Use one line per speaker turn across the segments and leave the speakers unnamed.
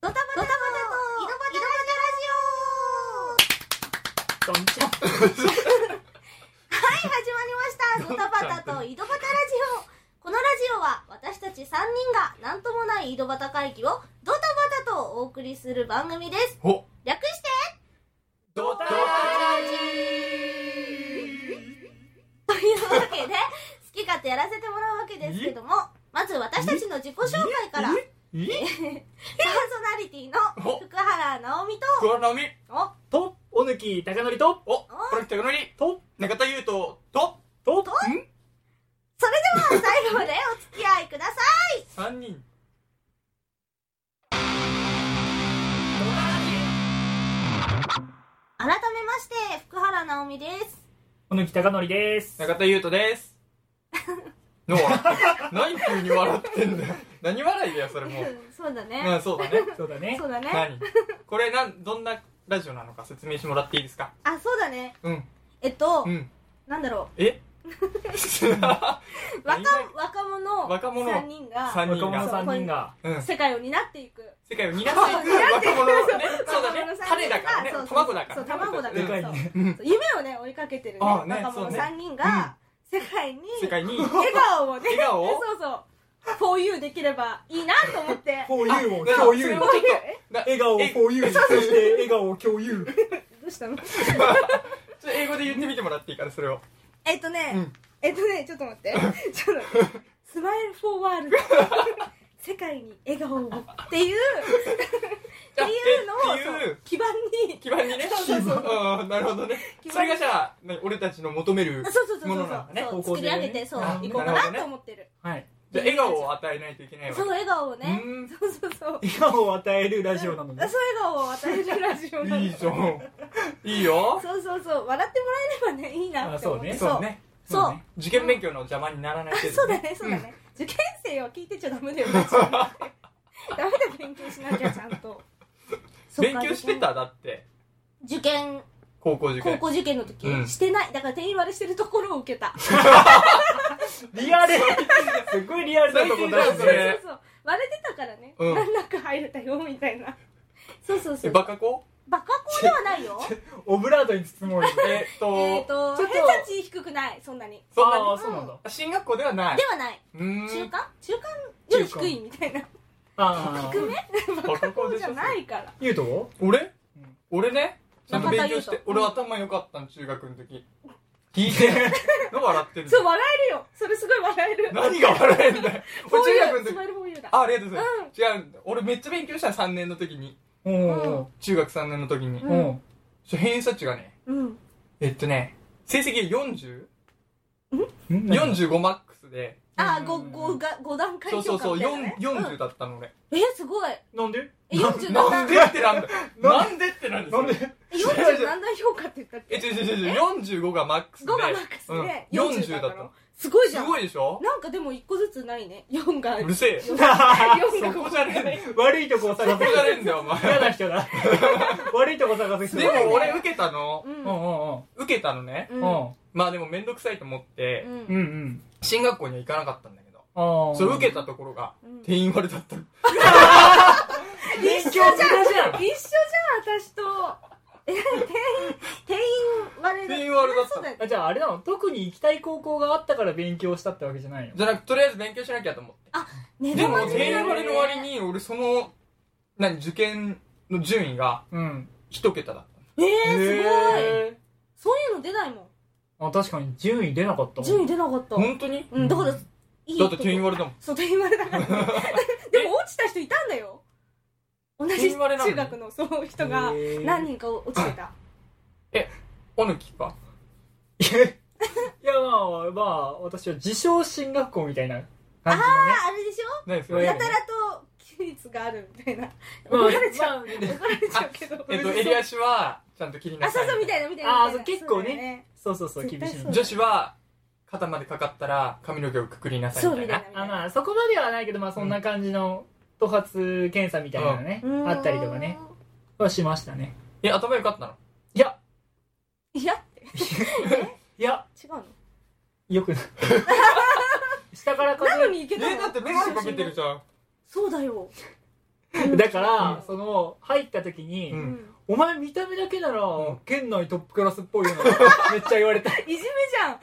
ドタバタの井戸端
ド
ラ
ンちゃん。
ジオはい、始まりました。ドタバタと井戸端ラジオ。このラジオは私たち3人が何ともない井戸端会議をドタバタとお送りする番組です。
お
略して、
ドタラ
というわけで、好き勝手やらせてもらうわけですけども、まず私たちの自己紹介から、パー
え
ソナリティの
お
福原直美と、
桑原直美
お、
と、おぬき、たかのりと、
お黒木貴則
と、
中田優斗と
と、
それでは最後までお付き合いください。
三人
改めまして、福原直美です。
おぬき、たかのりです。
中田優斗ですの 何急に笑ってんだよ何笑いだよそれもう
うん そうだ
う
ね
ん。そうだね
そうだね
そ。うだね。
何これなんどんなラジオなのか説明してもらっていいですか
あ、そうだね。
うん
えっと
う、ん
なんだろ
え
う。若
曖昧
若者
若者
3人が
三
若
人
者
が
三人が。
うん
世界を担っていく。
世界を担っていく若者のねそうだね種だからね
そうそう
卵だか
そ
ら
う、卵だから。
でかい
そう
ね。
うん
そう夢をね、追いかけてるね
あね
若
そ
者
うね
3人が、世界に、
世界に
笑顔をね、
笑顔を
そうそう。for you できればいいなと思 って。
共有を
あ
共有
それも
笑
ちょっと
え
な
顔を
え
共有そして笑顔を共有
どうしたの
ちょっと英語で言ってみてもらっていいからそれを
えっと
う
ね
ん、
えっとね、ちょっと待 って。ちょっと待って。スマイルフォーワールド。世界に笑顔をっていう、っていうの
って
を
い
そうう基盤に
基盤にね
そうそう
うんなるほどね
基盤
それがじゃあ何俺たちの求める
そうそうそう
も
そ
の
う
なんだね
そ
方
う作
向
り
性
上
ね
げてそう
あ
行こうか
なるほど
な
ね
と思ってる
はい。
じゃあ笑顔を与えないといけないわけ
そう笑顔をね
うーん
そうそうそう
笑顔を与えるラジオなの
そう笑
ね
顔を与えるラジオなの
いいじゃんいいよ
そうそうそう笑ってもらえればねいいなって思って
あ
そう
そうね
そう
そうね
受験勉強の邪魔にならない程度
あそうだねそうだね受験生は聞いてちゃダメだよねダメだよ勉強しなきゃちゃんと
うん勉強してただって
受験
高校受
高
験
校受験の時、
うん
してないだから定員割れしてるところを受 けた
リアル。すごいリアルなとこ出
最
して
近だ
そう
よ
そう
ね
る。
そう割れてたからね、
うん
真ん中入れたよみたいなそうそうそ
え
う
バカ子
バカ校ではないよ
オブラートに包もうよ
えー
え
っ
っ
と
と
ちょっ
偏差値低くないそんなに
とそん
あ
な
あ、そうなんだ。
に進学校ではない
ではないう
ーん
中間中間より低いみたいな
あ
低め
バカ
そ
子
う
で
じ
し
ゃ
ょ
ないから
言うと
俺
うん
俺ねちゃんと勉強し
中田
て
裕
俺
翔
頭良かったの中学の時聞いての笑ってる
そう笑えるよそれすごい笑える
何が笑えんだよ
こういう
俺中学の
ス
時
マイルフォーユーだ
あありがとうございます、違うんだ俺めっちゃ勉強したの3年の時に
おお
中学3年の時に、
う
ー
ん
おー
ちょ偏差値がね
うん
えっとね成績 40?45
うん
マックスで
あ
うん
五五が五段階
そうそ
評
う
価
そう
みたいなね
4 40だったの俺、
えすごい
なんで
え40何
な
段
んでってなんだ
な
なんでってなんです
なんで
40何段評価って言ったっ
え
け
違う違う違う45がマックス
5
で
がマックスで
うん、
40
40だ
だった
っ
たの
の
すごいじ
す
ゃん
ごいでしょ
なんかでも一個ずつないね4が
うるせえよ
4
そこじゃねえんだよ
悪いとこを探
そ
せ
こじゃねえんだよお前
嫌な人だ悪いとこ探す人
で
だ
も俺受けたの
う
うんんうん
受けたのね
うん
うん
まあでもめんどくさいと思って
う
うんうんんうん
進学校には行かなかったんだけど
ああ
それ受けたところが
うん
定員割れだったの
一緒じゃん
勉強無駄じゃん
私とえ定員定員割れだ
定員割れだった
そうだよね
あじゃああれなの特に行きたい高校があったから勉強したってわけじゃないの
じゃなくとりあえず勉強しなきゃと思って
値
で
段
も
は
定員割れの割
に
に俺その何受験の順位が
うん
一桁だっ
えー、すごい、
へ
そういうの出ないも
あ確かに順位出なかっ
ん
たもん
順位出なかった
た本当に
うんだからいい
だ
と
っ
こ
て定員割れだもん
そう定員割れだ からでも落ちた人いたんだよ同
定
じ
員割れなの
中学のそう人が
へー
何人か落ちてた
おぬきか
いやまあまあ私は自称進学校みたいな感じ
ああれでし
何そ
ょ
ええ
れ
やたらと規律があるみたいな
の
怒
ね
られちゃう
まあまあ
怒られちゃうけど
えっと襟足はちゃんと切りな
あ
さ
そ
いう
そうみたいなみたいな
あーそう結構ねそうそうそう
絶
厳
対
しい
そう
女子は肩までかかったら髪の毛をくくりなさい
そうみ
みたい
た
ない
なみた
あ
いな
まあそこまではないけどまあそんな感じの頭髪検査みたいなのね、
うーん
あったりとかねはしましたね
え頭良かったの
いや
いやって
いや
違うの
よくない 下から数
なの
え
にいけたの
えだってメガネかけてるじゃん
そうだよ
だから、
うん
その入った時に、
うん
お前見た目だけなら、
うん
県内トップクラスっぽいよ なめっちゃ言われた
いじめじゃん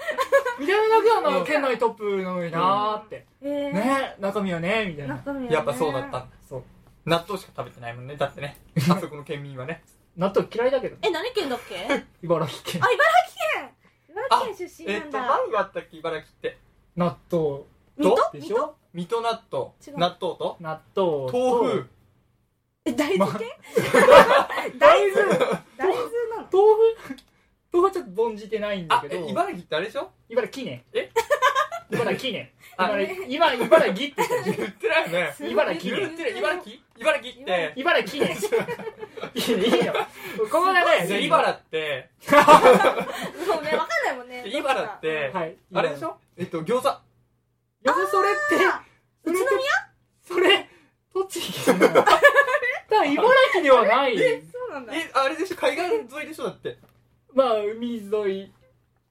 見た目だけは
う
なん県内トップなのになーって、
えー、
ね中身はねみたいな
中身はね
やっぱそうだった
そう
納豆しか食べてないもんねだってねあそこの県民はね
納豆嫌いだけど
え何県だっけあ
茨城県
茨城県茨城県出身
えっ
なん
と
だ
何があったっけ茨城って
納豆
水戸
で
水
し
戸
ょ
水戸納豆
違う
納豆と
納豆と
豆腐
え大豆系大豆大豆なの
豆腐豆腐はちょっと凡じてないんだ
あ
けど
え茨城ってあれでしょ
茨城ね
え
茨城ね
あ
茨城今茨城って言ったでしょ
言ってないよね
すごい
茨城
言ってる茨城茨城って
茨城 ねいいねいいよここがね
で茨って
そうね分かんないも んね
で茨って
はい
あれでしょえっと餃子
よそれって
宇都宮
それ栃木だよだから茨城ではない
そうなんだ
えあれでしょ海岸沿いでしょだって
まあ海沿い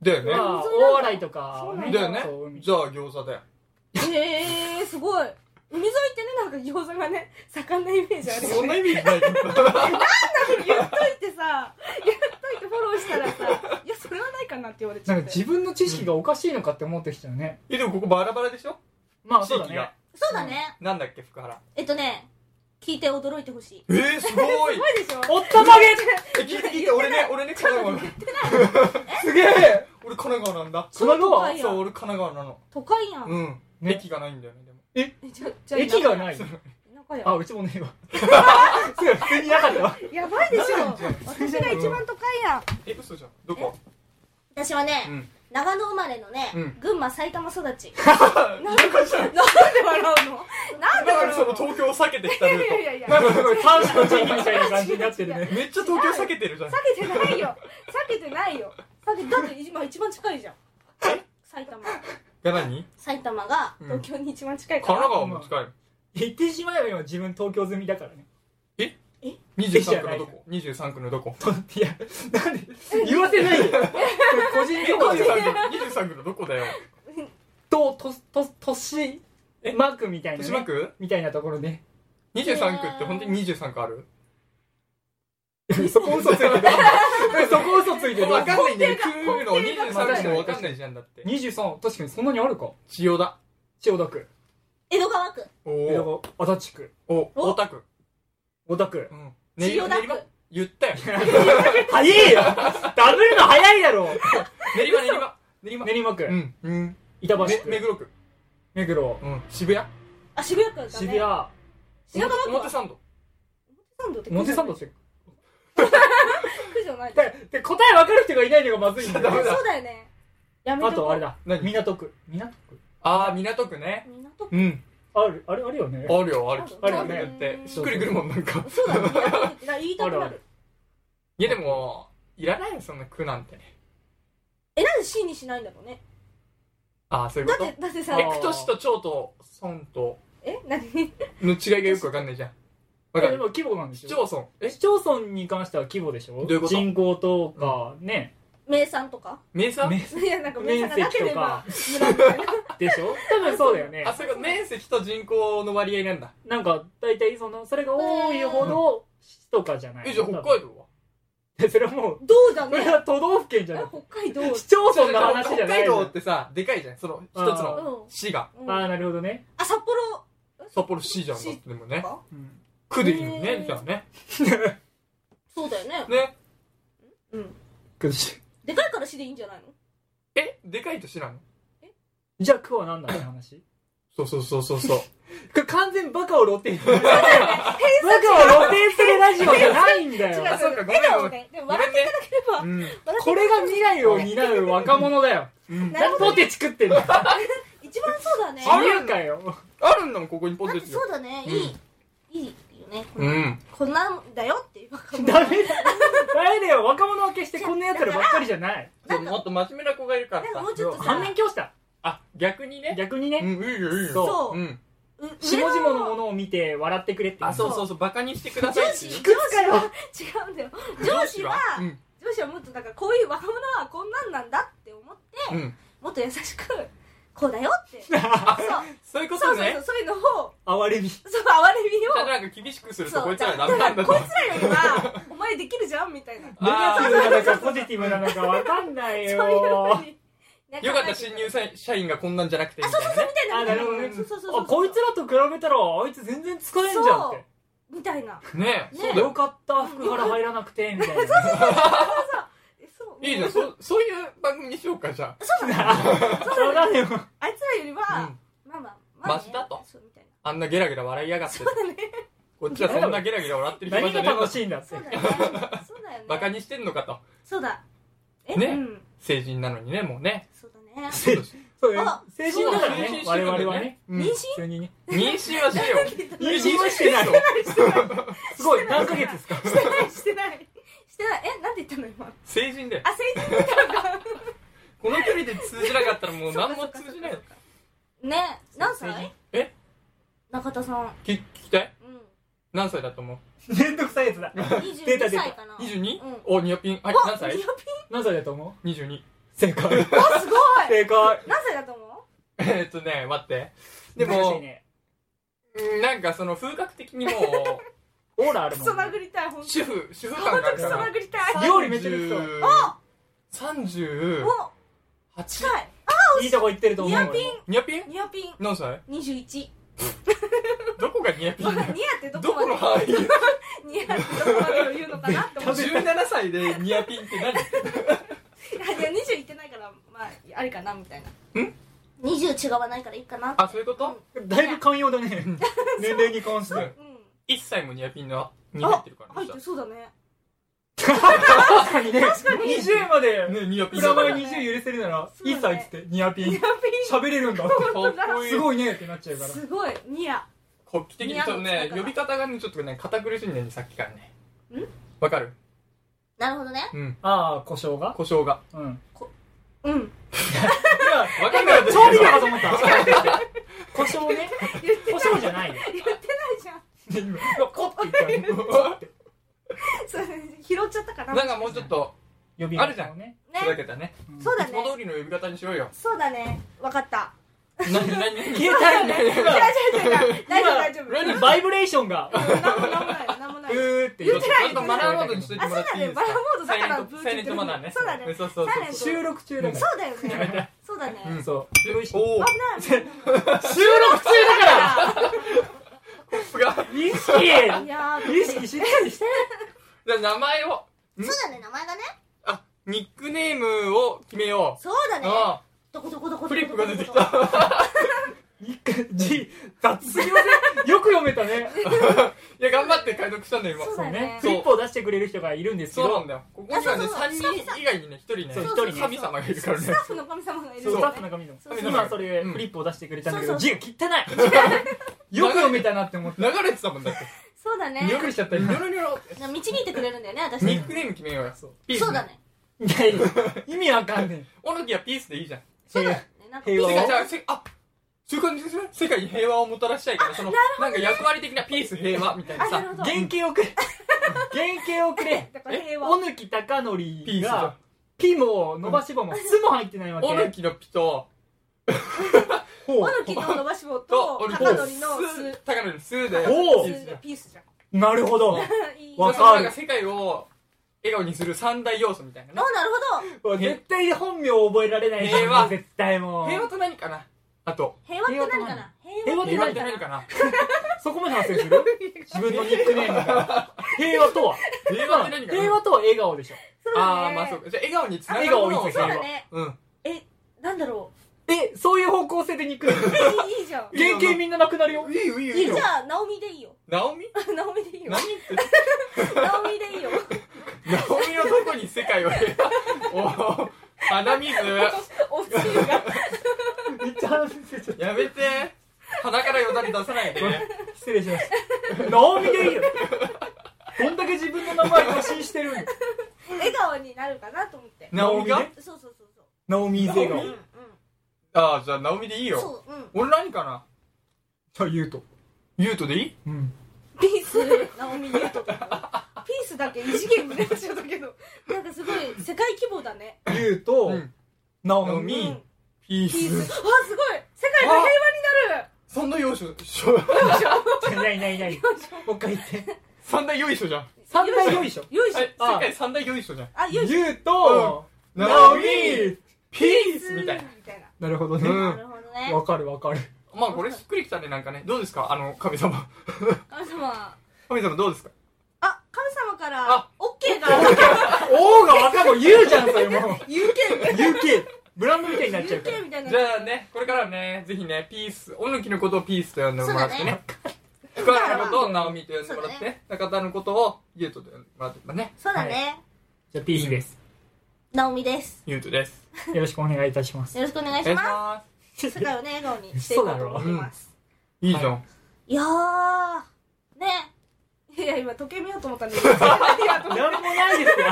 だよね
まあ
海沿いなの
大洗とか
そうなん
だよね
そう海
じゃあ餃子だよ
えー、すごい海沿いってねなんか餃子がね盛んなイメージあるよ
そん
ね
な意味ないけど
言っといてさ言っといてフォローしたらさいやそれはないかなって言われち
な
ゃ
ん
っ
か
て
自分の知識がおかしいのかって思ってきたよね
えでもここバラバラでしょ
まあ
地
そうだ
域
ね
が
そうだね
なんだっけ福原
えっとね聞いて驚いてほしい
えーすごい
すごいでしょ
おったまげ
え聞いて聞いて俺ね俺ね神奈川
すげえ
俺神奈川なんだ
神奈
は
川
い
そう俺神奈川なの
都会やん、
うん
ね
駅がないんだよねでも
えじゃじゃあ
駅がない
田舎や
あうちもねえわすごい普通になかったわ
やばいでしょ私が一番都会やん
え嘘じゃんどこ
私はね、
うん
長野生まれのね、
うん
群馬埼玉育ち
なんかじゃん
なんで笑うのなんで
だから
笑
そうの
の
東京を避けてきたルー
いやいやいや
なんかすごい三種の神器みたいな感じになってるね
トめっちゃ東京避けてるじゃん
避けてないよ避けてないよ避けだって今一番近いじゃん埼玉
が何
埼玉が
うん
東京に一番近い
神
から、
奈川も近い
言ってしまえば今自分東京済みだからね
23区のどこ23区のどこ
といやなんで言わせないで個人情報で
23区のどこだよ
ととと都市マークみたいな、
豊島
ね、
区
みたいなところで
23区って本当に23区ある
そこ嘘つい てるそこ嘘ついてる
わかんないんだよ区の23区もわかんないじゃんだって
23確かにそんなにあるか
千代田
千代田区
江戸川区
お
江
お
戸川足立区
お大田区
大田区
うん
千代田区
練馬言っ たよ
早いよダブルの早いだろ
練馬練馬練馬
練馬区
うんうん
板
め
橋
目
区
黒区
目黒
うん渋谷
あ渋谷区だね
渋谷
白川区は
表参道
三度って
表参道っ
区
て
じゃない
だで答え分かる人がいないのがまずいんだ
ダ
よ
メだ
そうだよねやめとこ
あとあれだ
何
港区港区
ああ港区ね
港区
うん
あるあれあるよね
あるよある
ある
よ
だ
ね
ってしっくりくるもんなんか
そうだね港区ってだから言いた
あ
くな
る
る
ある
いやでもいらないよそんな区なんてね
えなんで C にしないんだろうね
ああそういう
だ
こ
っ
と
てだってさ
あー
え区と市と町と村と
え何
の違いがよくわかんないじゃんわか
えでも
る
規模なんでし
市
ょ
町村え
市町村に関しては規模でしょ
どういうこと
人口とかね、
名産とか
名産
ね
いやなんか名産がなければ村みたいな
でしょ多分そうだよね
あそういうこと面積と人口の割合なんだ
なんか大体そのそれが多いほど市とかじゃない
えじゃあ北海道は
道 それはもう
どうだ
それ
ね
は都道府県じゃない
あ北 海道
市町村の話じ
北
ゃない
海
の
道ってさでかいじゃんその一つ
あ
う
の市が
ん、うん、
あ
あ
あなるほどね
札幌
札幌市じゃんだっ
市
てでもね
か
区でいいのに
へ
ね
ー
じゃあね
そうだよね
ね
うん
くじ
でかいから市でいいんじゃないの
えでかいと市なの
じゃあ区は何なのって話
そうそうそうそうそう
これ完全バカを露呈するバカを露呈するラジオじゃないんだ
違う
よ
あそうかごめん
笑顔ねでも笑っていただければ
うん
笑って
これが未来を担う若者だよ
うん
なるほど
ポテチ食ってんだよ
一番そうだね
自由かよ
あるんだもんここにポ
だっ
テ
て
チが
そうだねいい、いいよね、
うん
こんなんだよっていう若者
ダメだ。ダメだよ。若者は決してこんな奴らばっかりじゃない。
そうもっと真面目な子がいるから
なんか
さ
もうちょっと
反
さ
面教師だ。
あ逆にね
逆に
う
ね、
んいいよいいよ
そう
そう、
ん
う
下々のものを見て笑ってくれっていう。
あそうそうそうバカにしてくだ
上
さい
司
って
上
いう
司は違うんだよ上司は
うん
上司はもっとなんかこういう若者はこんなんなんだって思って
うん
もっと優しくこうだよって。そう。
そういうこ
そ
と
うそう
ね
そう、そういうのを、
哀れみ
その哀れみ
じゃあ
を、
なんか厳しくする
そ
と
う
こいつらダメなんだと
こいつらよりは、お前できるじゃんみたい な。
ネガティ
あ
ブなのかポジティブなのかわかんない
そういうふ
よ
うに。なん
ーよかった新入社員がこんなんじゃなくてみ
あ、そうそう
たいな
そう、み
ね
たいな。
あなるほどね
そうそうそうそ
あ
う。
こいつらと比べたらあいつ全然使えんじゃんっ
みたいな。
ね
ね
そう
て
だ
よ
よ
かった福原入らなくてみたいな
えそう。
いいじゃん
そう
そそういう番組にしようかじゃ
そうだね
あいつらより
あ、
は
う、ん
まあまあ、まあね。
マシだと
そう、みたいな。
あんなゲラゲラ笑いやがって
そうだね。
こっちはそんなゲラゲラ笑ってる暇
何
じ
が
ゃねえ
楽
と
しいんだって
そうだね。そうだよね。
バカにしてんのかと
そうだ。え
ね
うん。
成人なのにねもうね
そうだね。
せそうよ
あ
精神だから
そう
ね
精神して
我
るからね
々はね
うん
妊娠
普通にね
妊娠はしてよ
妊娠はしてない
よ
すごい何ヶ月ですか
してない、してない。してない。え、なんて言ったの今。
成人で
あ、成人みたいなのか。
この距離で通じなかったらもう
そうか
何も通じない
そうかそうかね何
成
歳
え
中田さん。
き聞きたい
うん。
何歳だと思
めんどくさいやつだ出た
22
出た
歳かな。
う 22?
うん
おニアピンはい
お
何歳
ニアピ
何歳だと思う
22
正解
ンあ、すごい
正解
何歳だと思う
えーっとね待ってで
難しい
も
ね
うんなんかその風格的にも
オーラある
ク
も
ソ
んね
殴りたい、ほん
う
と。
主婦主婦
ほ
感
ん
が
と
ある
ク
か
ソ
ら
殴りたい。
料理めっちゃできそう
38
お近い。
いいとこ行ってると思う
ニアピン
ニアピン
ニアピン。
何歳
21。
どこがニアピン
わかん
だ
ない
よ
ニアってど
ど
こま
こ
で
の範囲
ニアってどこまでを言うのかなって思って。
17歳でニアピンって何
いや、いや20いってないから、まあ、あれかな、みたいな。
ん
?20 違わないからいいかなって。
あそういうこと
だいぶ寛容だ ね年齢に関して
うん。
1歳もニアピンのに入ってるから
入っ
ね
てるそうだね。
確かにね20まで
ねニアピン
裏
だか
前
らかっ
20許せるなら
そうだね
1歳っつってニアピン喋れるんだ
こいい
すごいねってなっちゃうから
すごい、ニア。
画期的にちょっとね呼び方がねちょっとね堅苦しいんだよねさっきからね
ん
わかる
なるほどね。
うん
ああ故障が
故障が
うん
うん。
わかんなかった
調味料かと思った故障 ね
言って
故障じゃないよ
言ってないじゃん。
コッて言った
そう拾っちゃったかな。
なんかもうちょっと
呼び
あるじゃん
ね
砕
ね。
けたね
うん
そうだ
いつも
ね。
通りの呼び方にしようよ
そうだね。わかった。
何何何
消えたいんだよ
違う違う違う。大丈夫大丈夫。
今バイブレーションが
なんもなんもないよ。なんもな
う
いよ。
ーって
ち
言
ょ
っ
ってと
ない
ちょっとマナーモードにしといてもらっていいですか
あそうなんだよマナーモードだから
サイレントマナーね
そうだね
そうそう
サイレント
そ
収録中だか
そうだよね。そうだね。
う
危な
ん
い
らそうよいし
う
ょ
おお
危ない。
収録中だから
すが
意識
いやー、
意識しないでして
じゃあ名前を
そうだね、名前がね。
あニックネームを決めよ
そうだ
う
ね。
あ
どこどこどこどこどこ
フリップが出てきた
字雑すぎませんよく読めたね
いや頑張って解読したんだよ今
そう
そう
だ
ね
ね。
フリップを出してくれる人がいるんですけ
そうなん
ど
だよここにはね
あそうそう
3人以外にね1人ね
そう
一人ね
神様がいるから
スタ
ね
ッフの神様がいる
そ
よ
う
ね
スタッフの神様
そうそう
今それフリップを出してくれたんだけど
うん
字が汚いよく読めたなって思って
流れてたもんだって
そうだね。
びっくりしちゃった
ニョ
今
ロニョロ
な導いてくれるんだよね、私
ニックネーム決めようよ
そう
ピース
そうだね。
いやいや意味わかんね
オノキはピースでいいじゃん
そうだ
え
ね。なんか
平和
世
を
界じゃあせあそういう感じですね世界に平和をもたらしたいからそのなんか役割的なピース平和みたいな
あ、な
さ
るほど。
原型をくれ原型をく れ
だから平和。
小貫貴
ピー
則
スじゃん
がピも伸ばし棒も「す」も入ってないわけ
オノキのピと
ほ
マヌ
う
キの伸ばし棒
と
と
オノキ
高取のス
高典のスで
お
ス
ピ
ー
ースじゃ
で
ん
ピースじゃん。
なるほど
いい
わ
あ、なる
かる
そのなんか世界を笑顔にする三大要素みたいなね
ほど。
絶対本名覚えられない
平和
絶対もう
平和と何かなあと
平和って何かな平
平
和
和
っ
ってて
平和
何
って
か
何
な
かな
そこまで発生する自分のニックネームが平和とは
平和って何かな
平和とは笑顔でしょ
そう
あ
だ
あまあそう
ね。
かじゃあ笑顔につなが
笑
るも
顔
の
に
を
つな
そう
がる
だね。
うん
え、なんだろ
えそういう方向性でニッ クネーム
う。えいいじゃん。
いいよ
原型みんななくなるよ
いいよいいよ
い
いい
いじ
よ
ゃん。ナオミでいいよ。
ナオミ
ナオミでいいよ。
何
ナ
って
オミでいいよ。
ナオミのどこに世界を平和 おー鼻水
おつゆが。
めっちゃ話せちゃっ
やめて鼻からよだれ出さないで
た失礼しました直美でいいよどんだけ自分の名前更新してるんだ
笑顔になるかなと思って。
ナオミが
ね
そうそうそうそう。
直美笑
うん
ナオ
う
ミ
ん
顔。
ああじゃあナオミでいいよ
そう、うん。
俺何かな
と言うと
ユウトでいい
うん
ピース、ナオミユートとか。ピースだけ異次元になっちゃったけど、なんかすごい世界規模だね。
言うと
うん
直
み
美
うん
ピー
ピースあ
ス。
すごい世界が平和になる
三大要所、 しょ
ないないない。もう一回言って。
三大要所じゃん。
三大よいしょ。
よいしょ
え、世界三大要所じゃん。
あよいしょ
ゆうと、
な
なお
おみ
み
ピースみたいな。
みたいな
なるほど
う
ね。
なんるほどね
わかるわかる。
まあこれしっくりきたね、なんかね。どうですかあの、神様。
神様
神様どうですか
あ神様から
あ
OK が
おーがわかる。ゆうじゃん、それもう。
UK
UK。ブランドみたいになっちゃうから。
UK みたいな
じゃあね、これからはね、ぜひね、ピース、おぬきのことをピースと呼んでもらってね。福原のことをナオミと呼んでもらっ
そうだ
て、中田のことをゆうとと呼んでもらってね。
そうだね
じゃあ、ピースです。
ナオミです
ゆうとです。
よろしくお願いいたします。
よろしくお願いし
お願いし
ま
ます
世界をね笑顔にしていこうと思います
す。いいじゃん。
いやーねいや今時計見ようと思ったんだけ どありがとう
なんもないですよ。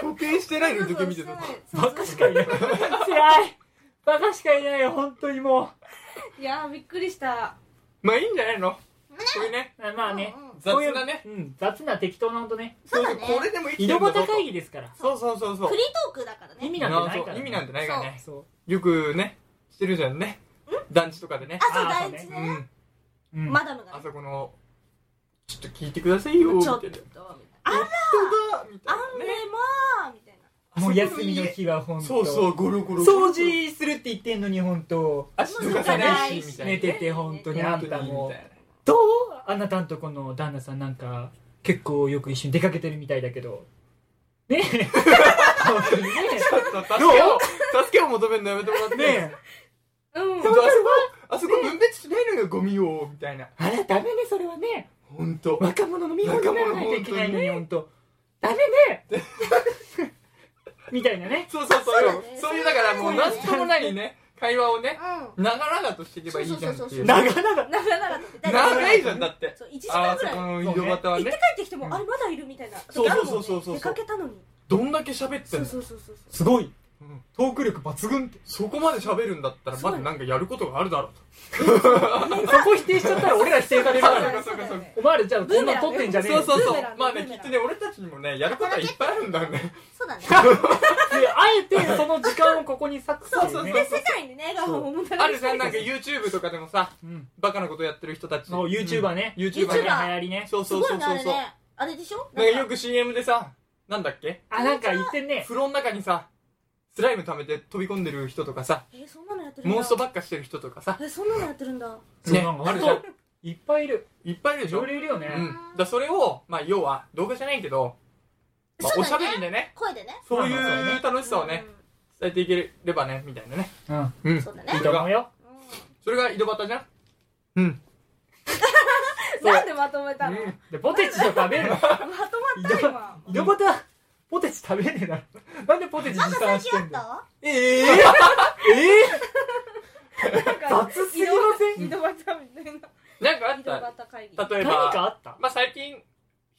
時計してないのに時計見てた。
そう
バ
そう
カ
そ
し
う
かいない。辛い。バカしかいないよ、本当にも
いやーびっくりした
まあいいんじゃないのこういうね、
う。まあね
うんうん。
雑
こういう
なね。
うん、雑な適当な音ね。
そうだね
これでもいい
井戸端会議ですから。
そうそうそうそう
フリ。ートークだから
意
ね
味なんてないから、ね。
意味なんてないからね。
そ
よくね、してるじゃんね。団地とかでね。
あそう
あー
第
そ
一
う
う
ね
ん。
う。うん。
マダムが
あ
ね
そこの、ちょっと聞いてくださいよ、み
ち
た
ょ
い
っ
な
とみ。たいな
あらみた
あ
い
んで
なね。
もーみたいな
もう休みの日は本当。
そうそう、ゴロゴロ。
掃除するって言ってんのに本当。
足とかさないし、みたいな。
寝てて本当にあん
本
たも
当にみたいな。
どうあなたんとこの旦那さんなんか結構よく一緒に出かけてるみたいだけどねえ 本当にね
ちょっと助けを、助けを求めるのやめてもらって。
えねえ
うん
あそこ、あそこ分別しないのよ、ゴミを、みたいな。
あれダメねそれはね
ほんと。
若者の見本にならないといけないのに本当ダメね みたいなね
そうそうそう
そう
よ
だね
そういうだからもう
そうだ
何
ね
ともないね会話をね
う
長々としていけばいいじゃんって
そうそうそうそう
いう
長々
ん長々とって
長いじゃんだって
そう1時
あ
間
ー
ぐ
そ
らい
こ
行
の井戸端
って
は
帰
ね
ってきて
う
も
ん
あれまだいるみたいな
そう
時
そう
あるもんね
そうそうそうそう
出かけたのに
どんだけ喋って
そ
ん
う
の
そうそうそう
すごい
うん
トーク力抜群って
そこまで喋るんだったらまだなんかやることがあるだろう
そこ否定しちゃったら俺ら否定されるから
そうかそうか
だね
お前らじゃあこんなん撮ってんじゃねえよ
そうそ
ブー
うそ
メラン
う
ね
まあ
ブ
ね
ー
き
メ
っ
ラン
とね俺たちにもねやることはいっぱいあるんだよね
そうだね
であえてその時間をここに割くっていうね
で世界にね笑顔をもた
あ
ら
る
し
じゃんなんか YouTube とかでもさ
うん
バカなことやってる人たち
そう YouTuber ね
YouTuber
流
ね
YouTuber
行りね
そう
す
そう
ご
そ
いうねあ
そう
れ
そうなん
ねあれでしょ
かよく CM でさなんだっけ
あなんか言ってんね
風呂の中にさスライム溜めて飛び込んでる人とかさ
えそんなのやってるんだ
モンストばっかしてる人とかさ
えそんなのやってるんだ
そうなんかあるじゃんいっぱいいる
いっぱいいるで
い
しょ
ろいろいるよね、
うん、だからそれを、まあ、要は動画じゃないけど、まあ、
そ
お
う
し
だね
ゃべりでね
声でね
そう
まあまあそうだ
い
ね
う楽しさをね伝えていければねみたいなね
うん、
うん
うんそうだ
い
ね
いと思うよ
それが井戸端じゃんうん
うんなんでまとめたの
うん
でポテチと食べるの
まとまった今
井戸端ポテチ食べねえだろなんで ポテチ持
また
参し
先
て
あ
ん
っ
だよ
た
えええ
なんか
雑すぎません
井戸端みたいな
なんかあっ
井戸
た
端会議
例えば
何かあった
まあ、最近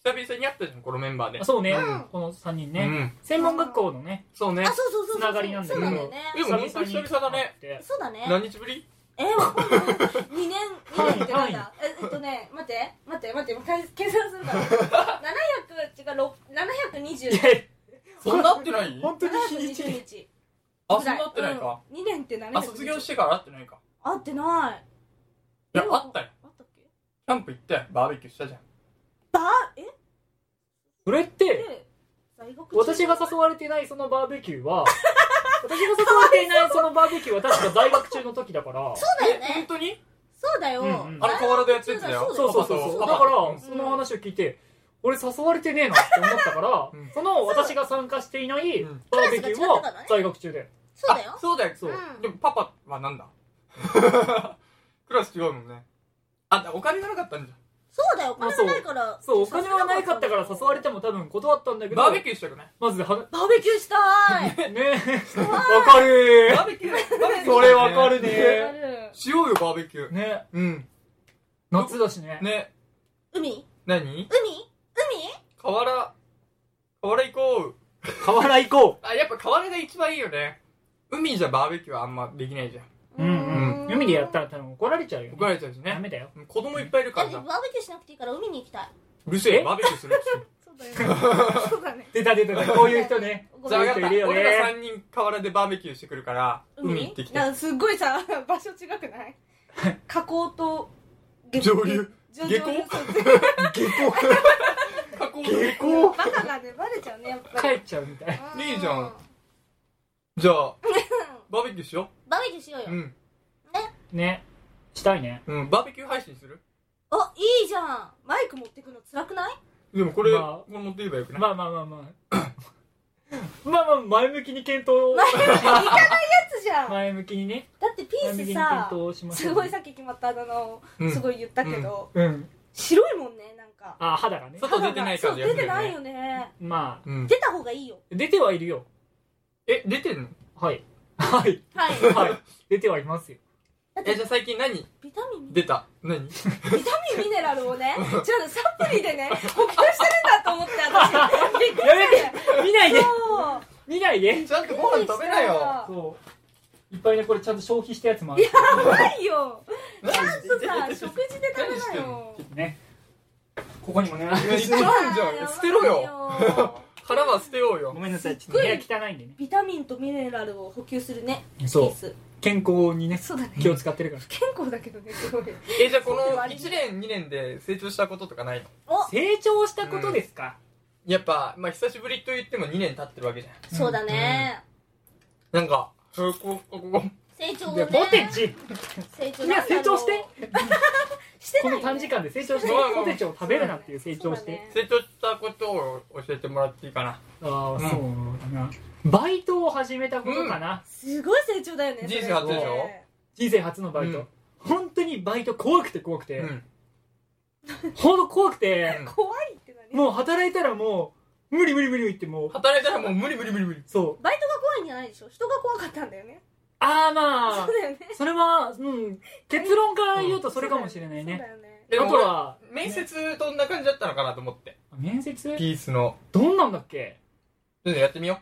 久々に会ったじゃんこのメンバーで
あそうね、
うん
この3人
う
ね、
ん
専門学校のね
そうね
あそうそうそうそう
つながりなんだ
そ
け
う
ど
なんだよね
でも本当に久々だね
ね
そうだね
何日ぶり
えー、わかんない2年2年ってなん
単
だええっとね待って待って待って計計算するから700違うろ
いや
720
そんな会ってない
本当に日にち
720
に
日
あそんな会ってないか、、
うん、2年って720
あ卒業してから会ってないか
会ってない
いや
え
会ったよ
あったっけ
キャンプ行ったよバーベキューしたじゃん
ばえ
それって
で在学中
私が誘われてないそのバーベキューは 私が誘われていないそのバーベキューは確か在学中の時だから
そうだよ
本
ね
当に
そうだよ、
うんうん
あの河原でやってたよ
そうそうそうそう
パ
だ
パと
から、
うん
その話を聞いて俺誘われてねえなって思ったから、
うん
その私が参加していない
うん
バーベキュー
クラスが違った
は
からね
在学中で、
そうだよ
あそうだよそう、
うん
でもパパはなんだ クラス違うもんねあだお金がなかったんじゃ
そうだよお金がないから
そうお金はないかったから誘われ
た
ても多分断ったんだけ
ん
ど
バーベキューしたくない
まずはね
バーベキューしたい
えわかる
バーベキューバーベキューしたくない
それわかるね
る
しようよバーベキュー
ね
うん
夏だしね
ね
海海
何
海
河原河原行こう
河原行こ
あやっぱ河原が一番いいよね海じゃバーベキューはあんまできないじゃん
ううんうん海でやった
ら
ら多分怒られちゃうよ、ね、
怒られちゃうし
ダ
ね
メだよ
子供いっぱいいる
バ
か
ー
ら
ベ
さ
キューしなくていいから海に行きたいう
るせえ
え
バーベキューするっつって
そうだよそうだね
出た出た出たこういう人 ね
ご
じ
め
ゃあ
ん
分かった
いるよね
俺ら3人河原でバーベキューしてくるから海行ってきて
なんかすっごいさ場所違くない河口と下
上流
上
下校
流そう
下
そう
加工
校
バカがねバレちゃうねやっぱ
帰
り
っちゃうみたい
うん
いいじゃんじゃ あバーベキューしよ
バーベキューしようよ
ううん
ねしたいね
うんバーベキュー配信する
あいいじゃんマイク持ってくの辛くない
でもこれ
まあ
これ持っていけばよくない
まあまあまあ まあまあまあ前向きに検討
前向きに行かないやつじゃんだ
前向きにね
ってピ
前
ー
向き
ス
に
さ
検討しましょ
す
う
ごいさっき決まったあだ名を
うん
すごい言ったけど
うん
白いもんねなんか
あ肌がね
外出てない感じが
そう出
する
て
よ
ない
ね
よね
ま
うん
出た方がいいよ
あ出てはいるよ
え出てんの
はいはい
はい
はい出てはいますよ
えじゃあ最近何
ビタミン
出た 何
ビタミンミネラルをね違うサプリで ね補給してるんだと思って私びっくり
やめて見ないで
そう
見ないで
ちゃんとご飯食べな よ
そういっぱいねこれちゃんと消費したやつもある
ないよ
何
ちゃんとさ食事で食べなよ
ねここにもね
いや違うじゃん捨てろよ
よ
腹は捨てようよ
ごめんなさいちょっ
ご
と
い
部屋汚いんでね
ビタミンとミネラルを補給するね
そう
ピー
健康にね
スそうだね
気を使ってるから
健康だけどねすごい
えじゃあこの1年2年で成長したこととかないの
お
成長したことですか、
やっぱまあ久しぶりと言っても2年経ってるわけじゃん
そうだね
なんかここここ
成長を
いや
ね
ポテチ
成長
いや成長して
して
こ
ない
の
よ
短時間で成長して
そうだね
ポテチを食べるなっていう成長し
そうだ
て
ね
成長したことを教えてもらっていいかな
ああ
うん
そうだなバイトを始めたことかな
すごい成長だよね
人生初でしょ
それって
人生初のバイ
うん
ト本当にバイト怖くて怖く
う
て
ん
ほんと怖くて
怖いって何
もう働いたらもう無理無理無理言ってもう
働いたらもう無理無理無理無理
そう
バイトが怖いんじゃないでしょ人が怖かったんだよね
ああま
そ
あ
うだよね
それはうん結論から言うとそれかもしれない
そうだよ
ね
ね
あ
でも
とは
面接どんな感じだったのかなと思って
面接
ピースの
どんなんだっけ
ちょっとやってみよ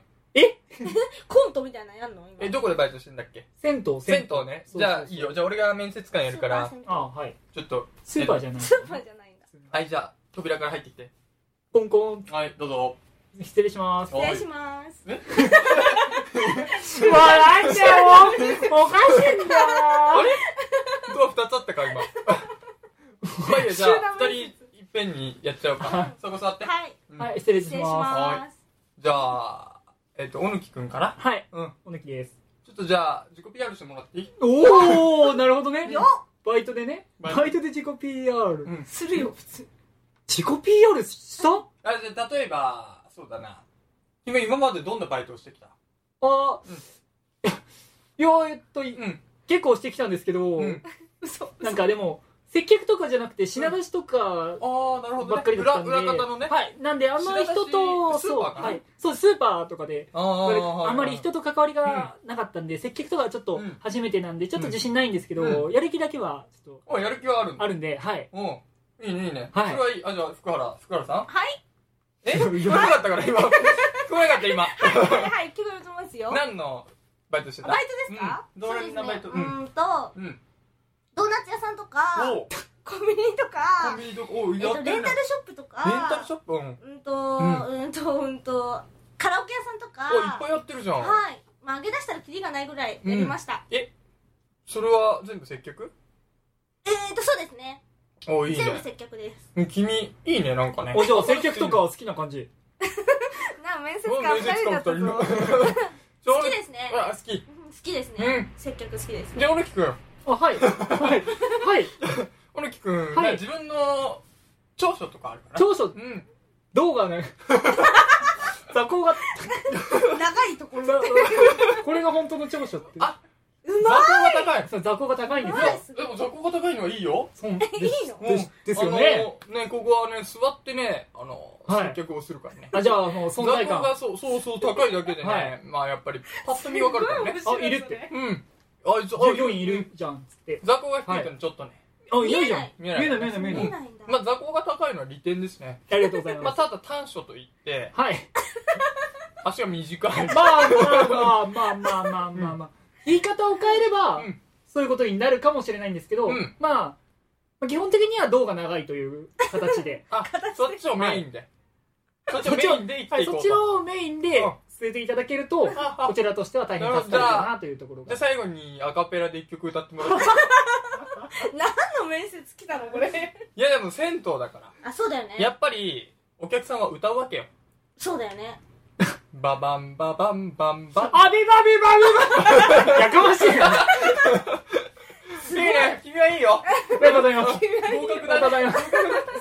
コントみたいなのやんの
うえ
今
どこでバイトしてんだっけ
銭湯
銭湯ね
そうそうそう
じゃあいいよじゃあ俺が面接官やるから
スーパ
あ
ー
あはい
ちょっと
スーパーじゃない
スーパーじゃないんだ
はいじゃあ扉から入ってきて
コンコン
はいどうぞ
失礼します
失礼します
笑っちゃうおかしいんだ
あれドア2つあったか今まあいいやじゃあ2人いっぺんにやっちゃうかそこ座って
はい
うん
はい、失礼し
失礼し
ます。
ます
じゃあえっと小貫くんかな
はい、
うん
おぬきです。
ちょっとじゃあ自己 PR してもらっていい
おお、なるほどね
よ
バイトでね、
バイ
バ
ト
イトで自己 PR。
うん
するよ普通
自己 PR した
あじゃあ例えばそうだな君今までどんなバイトをしてきた
あ、
うん
いや、えっと、
ん
結構してきたんですけど、
うん
嘘
なんかでも、接客とかじゃなくて品出しとか
ああなるほど、
ば
ね
っかり、だったんで、
裏裏方のね、い、
はい、なんであんまり人
品
と、
出しスー
そう、
パーかな
はい、そう、スーパーとかで、
あー
あんまり人と関わりがなかったんで、接客とかはちょっと
うん
初めてなんで、ちょっと自信ないんですけど、
う
やる気だけはちょっ
おやる気はあるん
と
だ
あるんで、はい。
うんいいねいいね、
はい
それはいいあじゃあ福原福原さん
はい
え聞こえなかったから今聞こえなかった今
はいはい聞こえてますよ
何のバイトしてた
バイトですか、
うんどれみんなバイト
そう
う
ですね
ん
うーんと
うん
ドーナツ屋さんと
お
か
う
コンビニと
コン
か
ビニとかおう
えっ
や
と
ってるね
レンタルショップとか
レンタルショップうんおいっ
うんと
うん
うんとうんとカラオケ屋さんとか
ぱいやってるじゃん
はいまあ上げ出したらキリがないぐらいやりました、
それは全部接客
えーとそうですね
おういい
全部
ね
接客です
うん君いいねなんかね
おじゃあ接客とかは好きな感じ
なあ面接
うん
官
面
二
接
人だ
官
っ
二
た
人 の
ぞ好きですね
あ好き
うん好きです
う
ね
ん
接客好きです
じゃあ小野木くん
あはいはいはい
小野木くん、
はい
自分の長所とかあるかな
長所
うん
動画ね 座高が
長いとこ
座これが本当の長所って
あ
う
座
まっ
高が高い
そう座高が高いんです
うまいっ
よ
す
でも座高が高いのはいいよ
そう
いいの
ですですよ
あ
ね
のねここはね座ってねあの、
はい
接客をするからね
あじゃあもう存在
座高
感
がそうそうそう高いだけでね、
はい
まあやっぱりパッと見わかるから ね
あいるって
うんあいつ
従業員いるじゃんっつって
座高が低いとねちょっとね、
あいないじゃん
見
見
え
え
な
ないい見えない見え
見
な
え
い
ないんだ、
まあ座高が高いのは利点ですね
ありがとうござい
まあ
ます
ただ短所といって
はい
足が短い
まあまあまあまあまあまあまあ言い方を変えれば
うん
そういうことになるかもしれないんですけど
うん
まあまあ基本的には胴が長いという形で
あそっちをメインで、そっちをメインで生き
は
て
い、
いこ
そうちら
と。
をメインで
うん
据えていただけると、
ああ
こちらとしては大変助かるかなというところ
じゃ
が
あ。最後にアカペラで一曲歌ってもらう。
何の面接来たのこれ
いやでも銭湯だから。
あそうだよね
やっぱり、お客さんは歌うわけよ。
そうだよね
ババンババンバンバン。
あビバビバビバやかましい な。あ
いいね君はいいよ
りがとうございます。
合格
ありがとうご
だ
ざい
ね
ます。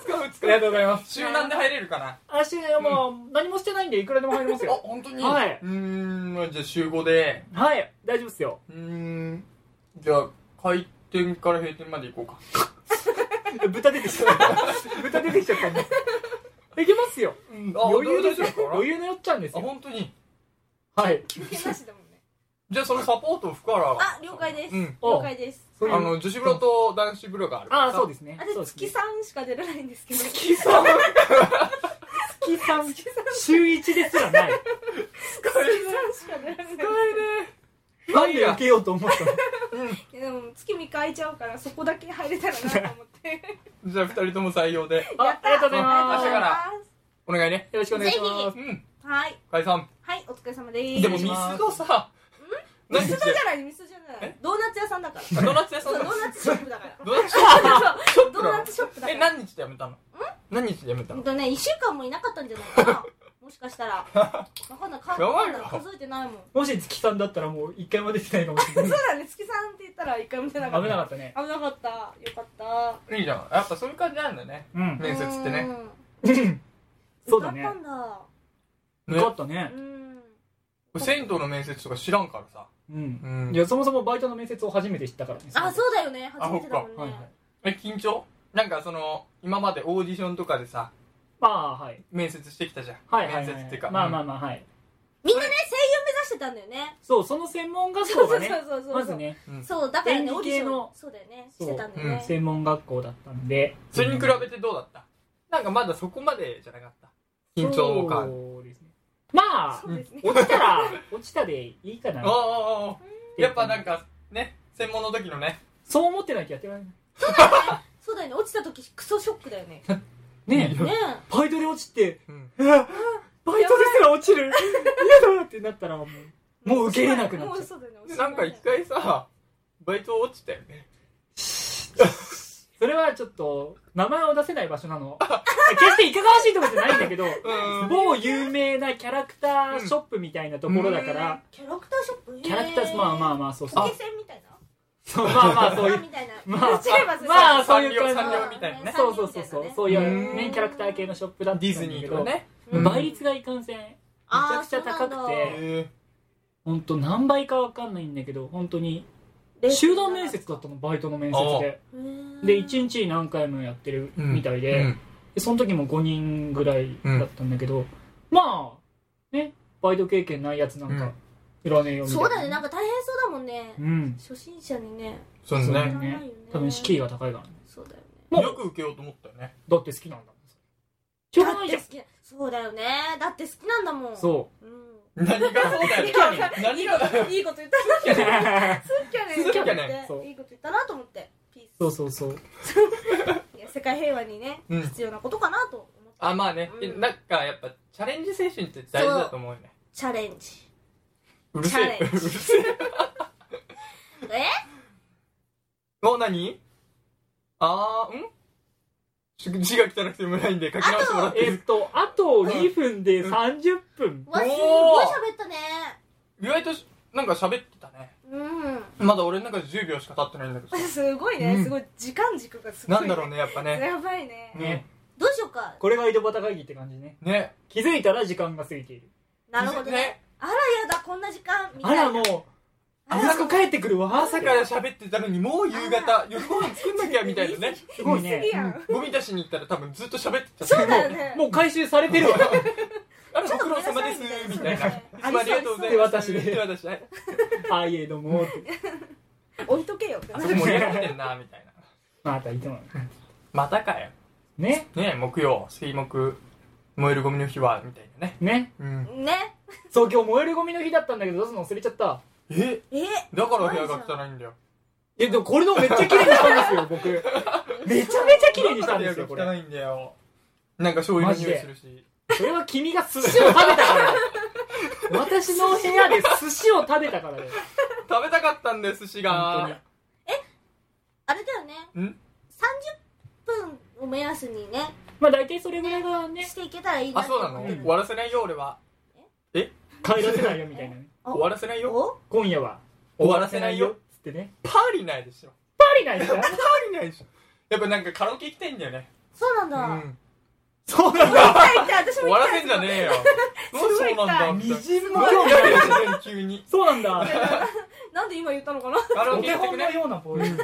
使う
あ
使
りが
う
とうございます。
集団で入れるかな
私、もう、何もしてないんで、いくらでも入ります
あ、
よ。
本当に
はいう
ーん、じゃあ週5で。
はい、大丈夫っすよ。
うーん、じゃあ開店から閉店まで行こうか。
豚出てきちゃった。豚出てきちゃったんで。 いけますよ。
うん、
余裕です
す
よ
よ。。
余裕のよっちゃんです
あ、
よ。
本当に。
はい。
休憩なしだもんね
じゃあそのサポートを福原は。
あ了解です、
うん。
了解です
そういう
あの、女子風呂と男子風呂がある。
ああ、そうですね。そうで
私
す
月
ね。
3しか出られないんですけど
月さん。月さん。週一ですらない。
月3しか出られないんです
なんで受けようと思ったの
けどでも月3日空いちゃうからそこだけ入れたらなと思って
じゃあ二人とも採用で。
あありがとうござい
明
ま
日
す。
か
よ
らお願いね。
ろしくお願いします。
うん。
はい
解散。
はいお疲れ様です
でもミ
み
スドさ、
ミ
何
ス
し
ド
て
じゃないミスドじゃない
ドーナツ屋さんだから
ドーナツ屋さ
そう
んだ
ドーナツショップだから
ドーナツショップ
ド ーナツショップだか
え、
ら
何日で辞めたの何日で辞めた
うん
の
とね1週間もいなかったんじゃないかなもしかしたら分かんないか
やばいな
わかんない数えてないもん
もし月さんだったらもう一回も出てないかもしれない。
そうだね月3って言ったら一回も出なか
危
った
なかったね。
危なかったよかった
いいじゃん。やっぱそういう感じなんだね。
うん。
面接ってね。
うんそうだ
歌っ
ね
た。んだ
よかったね
う。ん
銭湯の面接とか知らんからさ。
うん。
うん
いや、そもそもバイトの面接を初めて知ったからね。
あそうだよね初めてだもんね
はいはい。
え、緊張なんかその、今までオーディションとかでさ、
まあ、はい。
面接してきたじゃん。
はいはいはい。
面接っていうか。
まあまあ
うん
まあ、はい。
みんなね声優目指してたんだよね
そう、その専門学
そう
校
そ
が
う
ね、
そうそう
まずね、
そうだからね
演
オー
技
ディシ
系
ョン
の
そうだよねし
そう
てたんだよね
専門学校だったんで。
それに比べてどうだったなんかまだそこまでじゃなかった。緊張感。
そうですね。まあ、
そうですね
落ちたら、 落ちたでいいか
あ
な
ああ。あああ、やっぱなんか、ね、専門の時のね、
そう思ってないとやってられない。
そうだよね落ちた時クソショックだよ ねね
ねえ
え
バイトで落ちて、
うん
えーバイトですら落ちる、嫌だってなったらもう、もう受け入れなくなっ
も
ち
う
ゃう。
そうだね
なんか一回さ、バイト落ちたよね。
それはちょっと、名前を出せない場所 なの。決していかがわしいとこじゃないんだけど、
うん。
某有名なキャラクターショップみたいなところだから、
キャラクターショップ
キャラクター、まあまあ
あ
まあ、そうそう
ポケ。センみたいな
そうまあまあ、そういう
みたいな
まあ、
違えばそう
まあ、そういう
産
感
業み
じ
たいなね。
そうそうそうそう、そういうね、キャラクター系のショップだったん
デ
だ
ィ
け
ズ
ど、
ニーとかね。
うん
倍率がいかんせん、
あー
めちゃくちゃ高くて
そうなんだ
へ
本当何倍かわかんないんだけど、本当に、
レッスン
集団面接だったの、バイトの面接で。
へー
で、1日に何回もやってるみたい
え
で、でその時も5人ぐらいだったんだけど、まあ、ね、バイト経験ないやつなん
う
か
ん、
いらねえよみたいな。
そうだねなんか大変そうだもんね
うん。
初心者にね
そうです
そう
ね。
だね多分、敷居が高いからね。
そうだよね
もう
よく受けようと思ったよね。
だって好きなんだもん。しょうがないじ
だ
ゃ
っ
ん
て。好きそうだよねだって好きなんだもん
そう。
う、ん、
何がそうだよね。
い
何
い
がだよ。
こといいこと言った
好きだね
ね
そう
いいこと言ったなと思ってピース
そうそうそう。
いや世界平和にね
うん。
必要なことかなと思って
あ、まあね。え
うん
なんかやっぱチャレンジ精神って大事だと思うよね。
チャレンジ
うる
チ
せ
ャレ
え。
ンジえ
お、何あー、んし字が汚くて読めないんで書き直してもらっていい
えっと、あと2分で30分。
わす
おー
ごい喋ったね
意外としなんか喋ってたね
うん
まだ俺の中で10秒しか経ってないんだけど
すごいねすごい時間軸がすごい
なんだろうねやっぱね
やばいね
ね。
どうしようか
これが井戸端会議って感じね。
ね
気づいたら時間が過ぎている。
なるほどねあらやだこんな時間みた
あ
いな
ら、もう、あ息子帰ってくるわ。
朝から喋ってたのにもう夕方夜ご飯作んなきゃみたいなね
すごいね
次。やん
ゴミ出しに行ったら多分ずっと喋ってた
そうだよね
もう回収されてるわ。
あらご苦労様ですみたいない
そう
つもありがとうございます
手渡しで
手渡しはい
ああいえどもって。
置いとけよって
あそこ盛り上がってんなみたいな
またいつも。
またかよ
ね。
ね木曜水木燃えるゴミの日はみたいなね
ね。
うん
ね
そう、今日燃えるゴミの日だったんだけど、出すの忘れちゃった。
え
え
だから部屋が汚いんだよ
え、でもこれでもめっちゃ綺麗にしたんですよ、僕。めちゃめちゃ綺麗にしたんですよ、こ
だから部屋が汚い
れ。
んだよなんか醤油の匂いするし
それは君が寿司を食べたからだよ私の部屋で寿司を食べたからだよ
食べたかったんです寿司
本当に
が
あれだよね
ん
30分を目安にね
まあ大体それぐらいがね
していけたらいいな
あ
って
そうな
思
の、
ってる
終わらせないよ俺は
帰らせないよみたいなね
お
終わらせないよ
お
今夜は
終わらせないよ
つってね
パーリーないでしょ
パリないですか
パーリーないでしょやっぱなんかカラオケ行きたいんだよね
そうなん
う
だ、
ん
そうなんだ
痛いって私
終
も
わ
痛
ら
い
せんじゃねえ よどう
ごい
そうなんだみたいな
水も
いやいや自然に急に
そうなんだ
なんで今言ったのかな
カラオ
お
ケ
手
行って
本
く
の
れ
ようなポーズ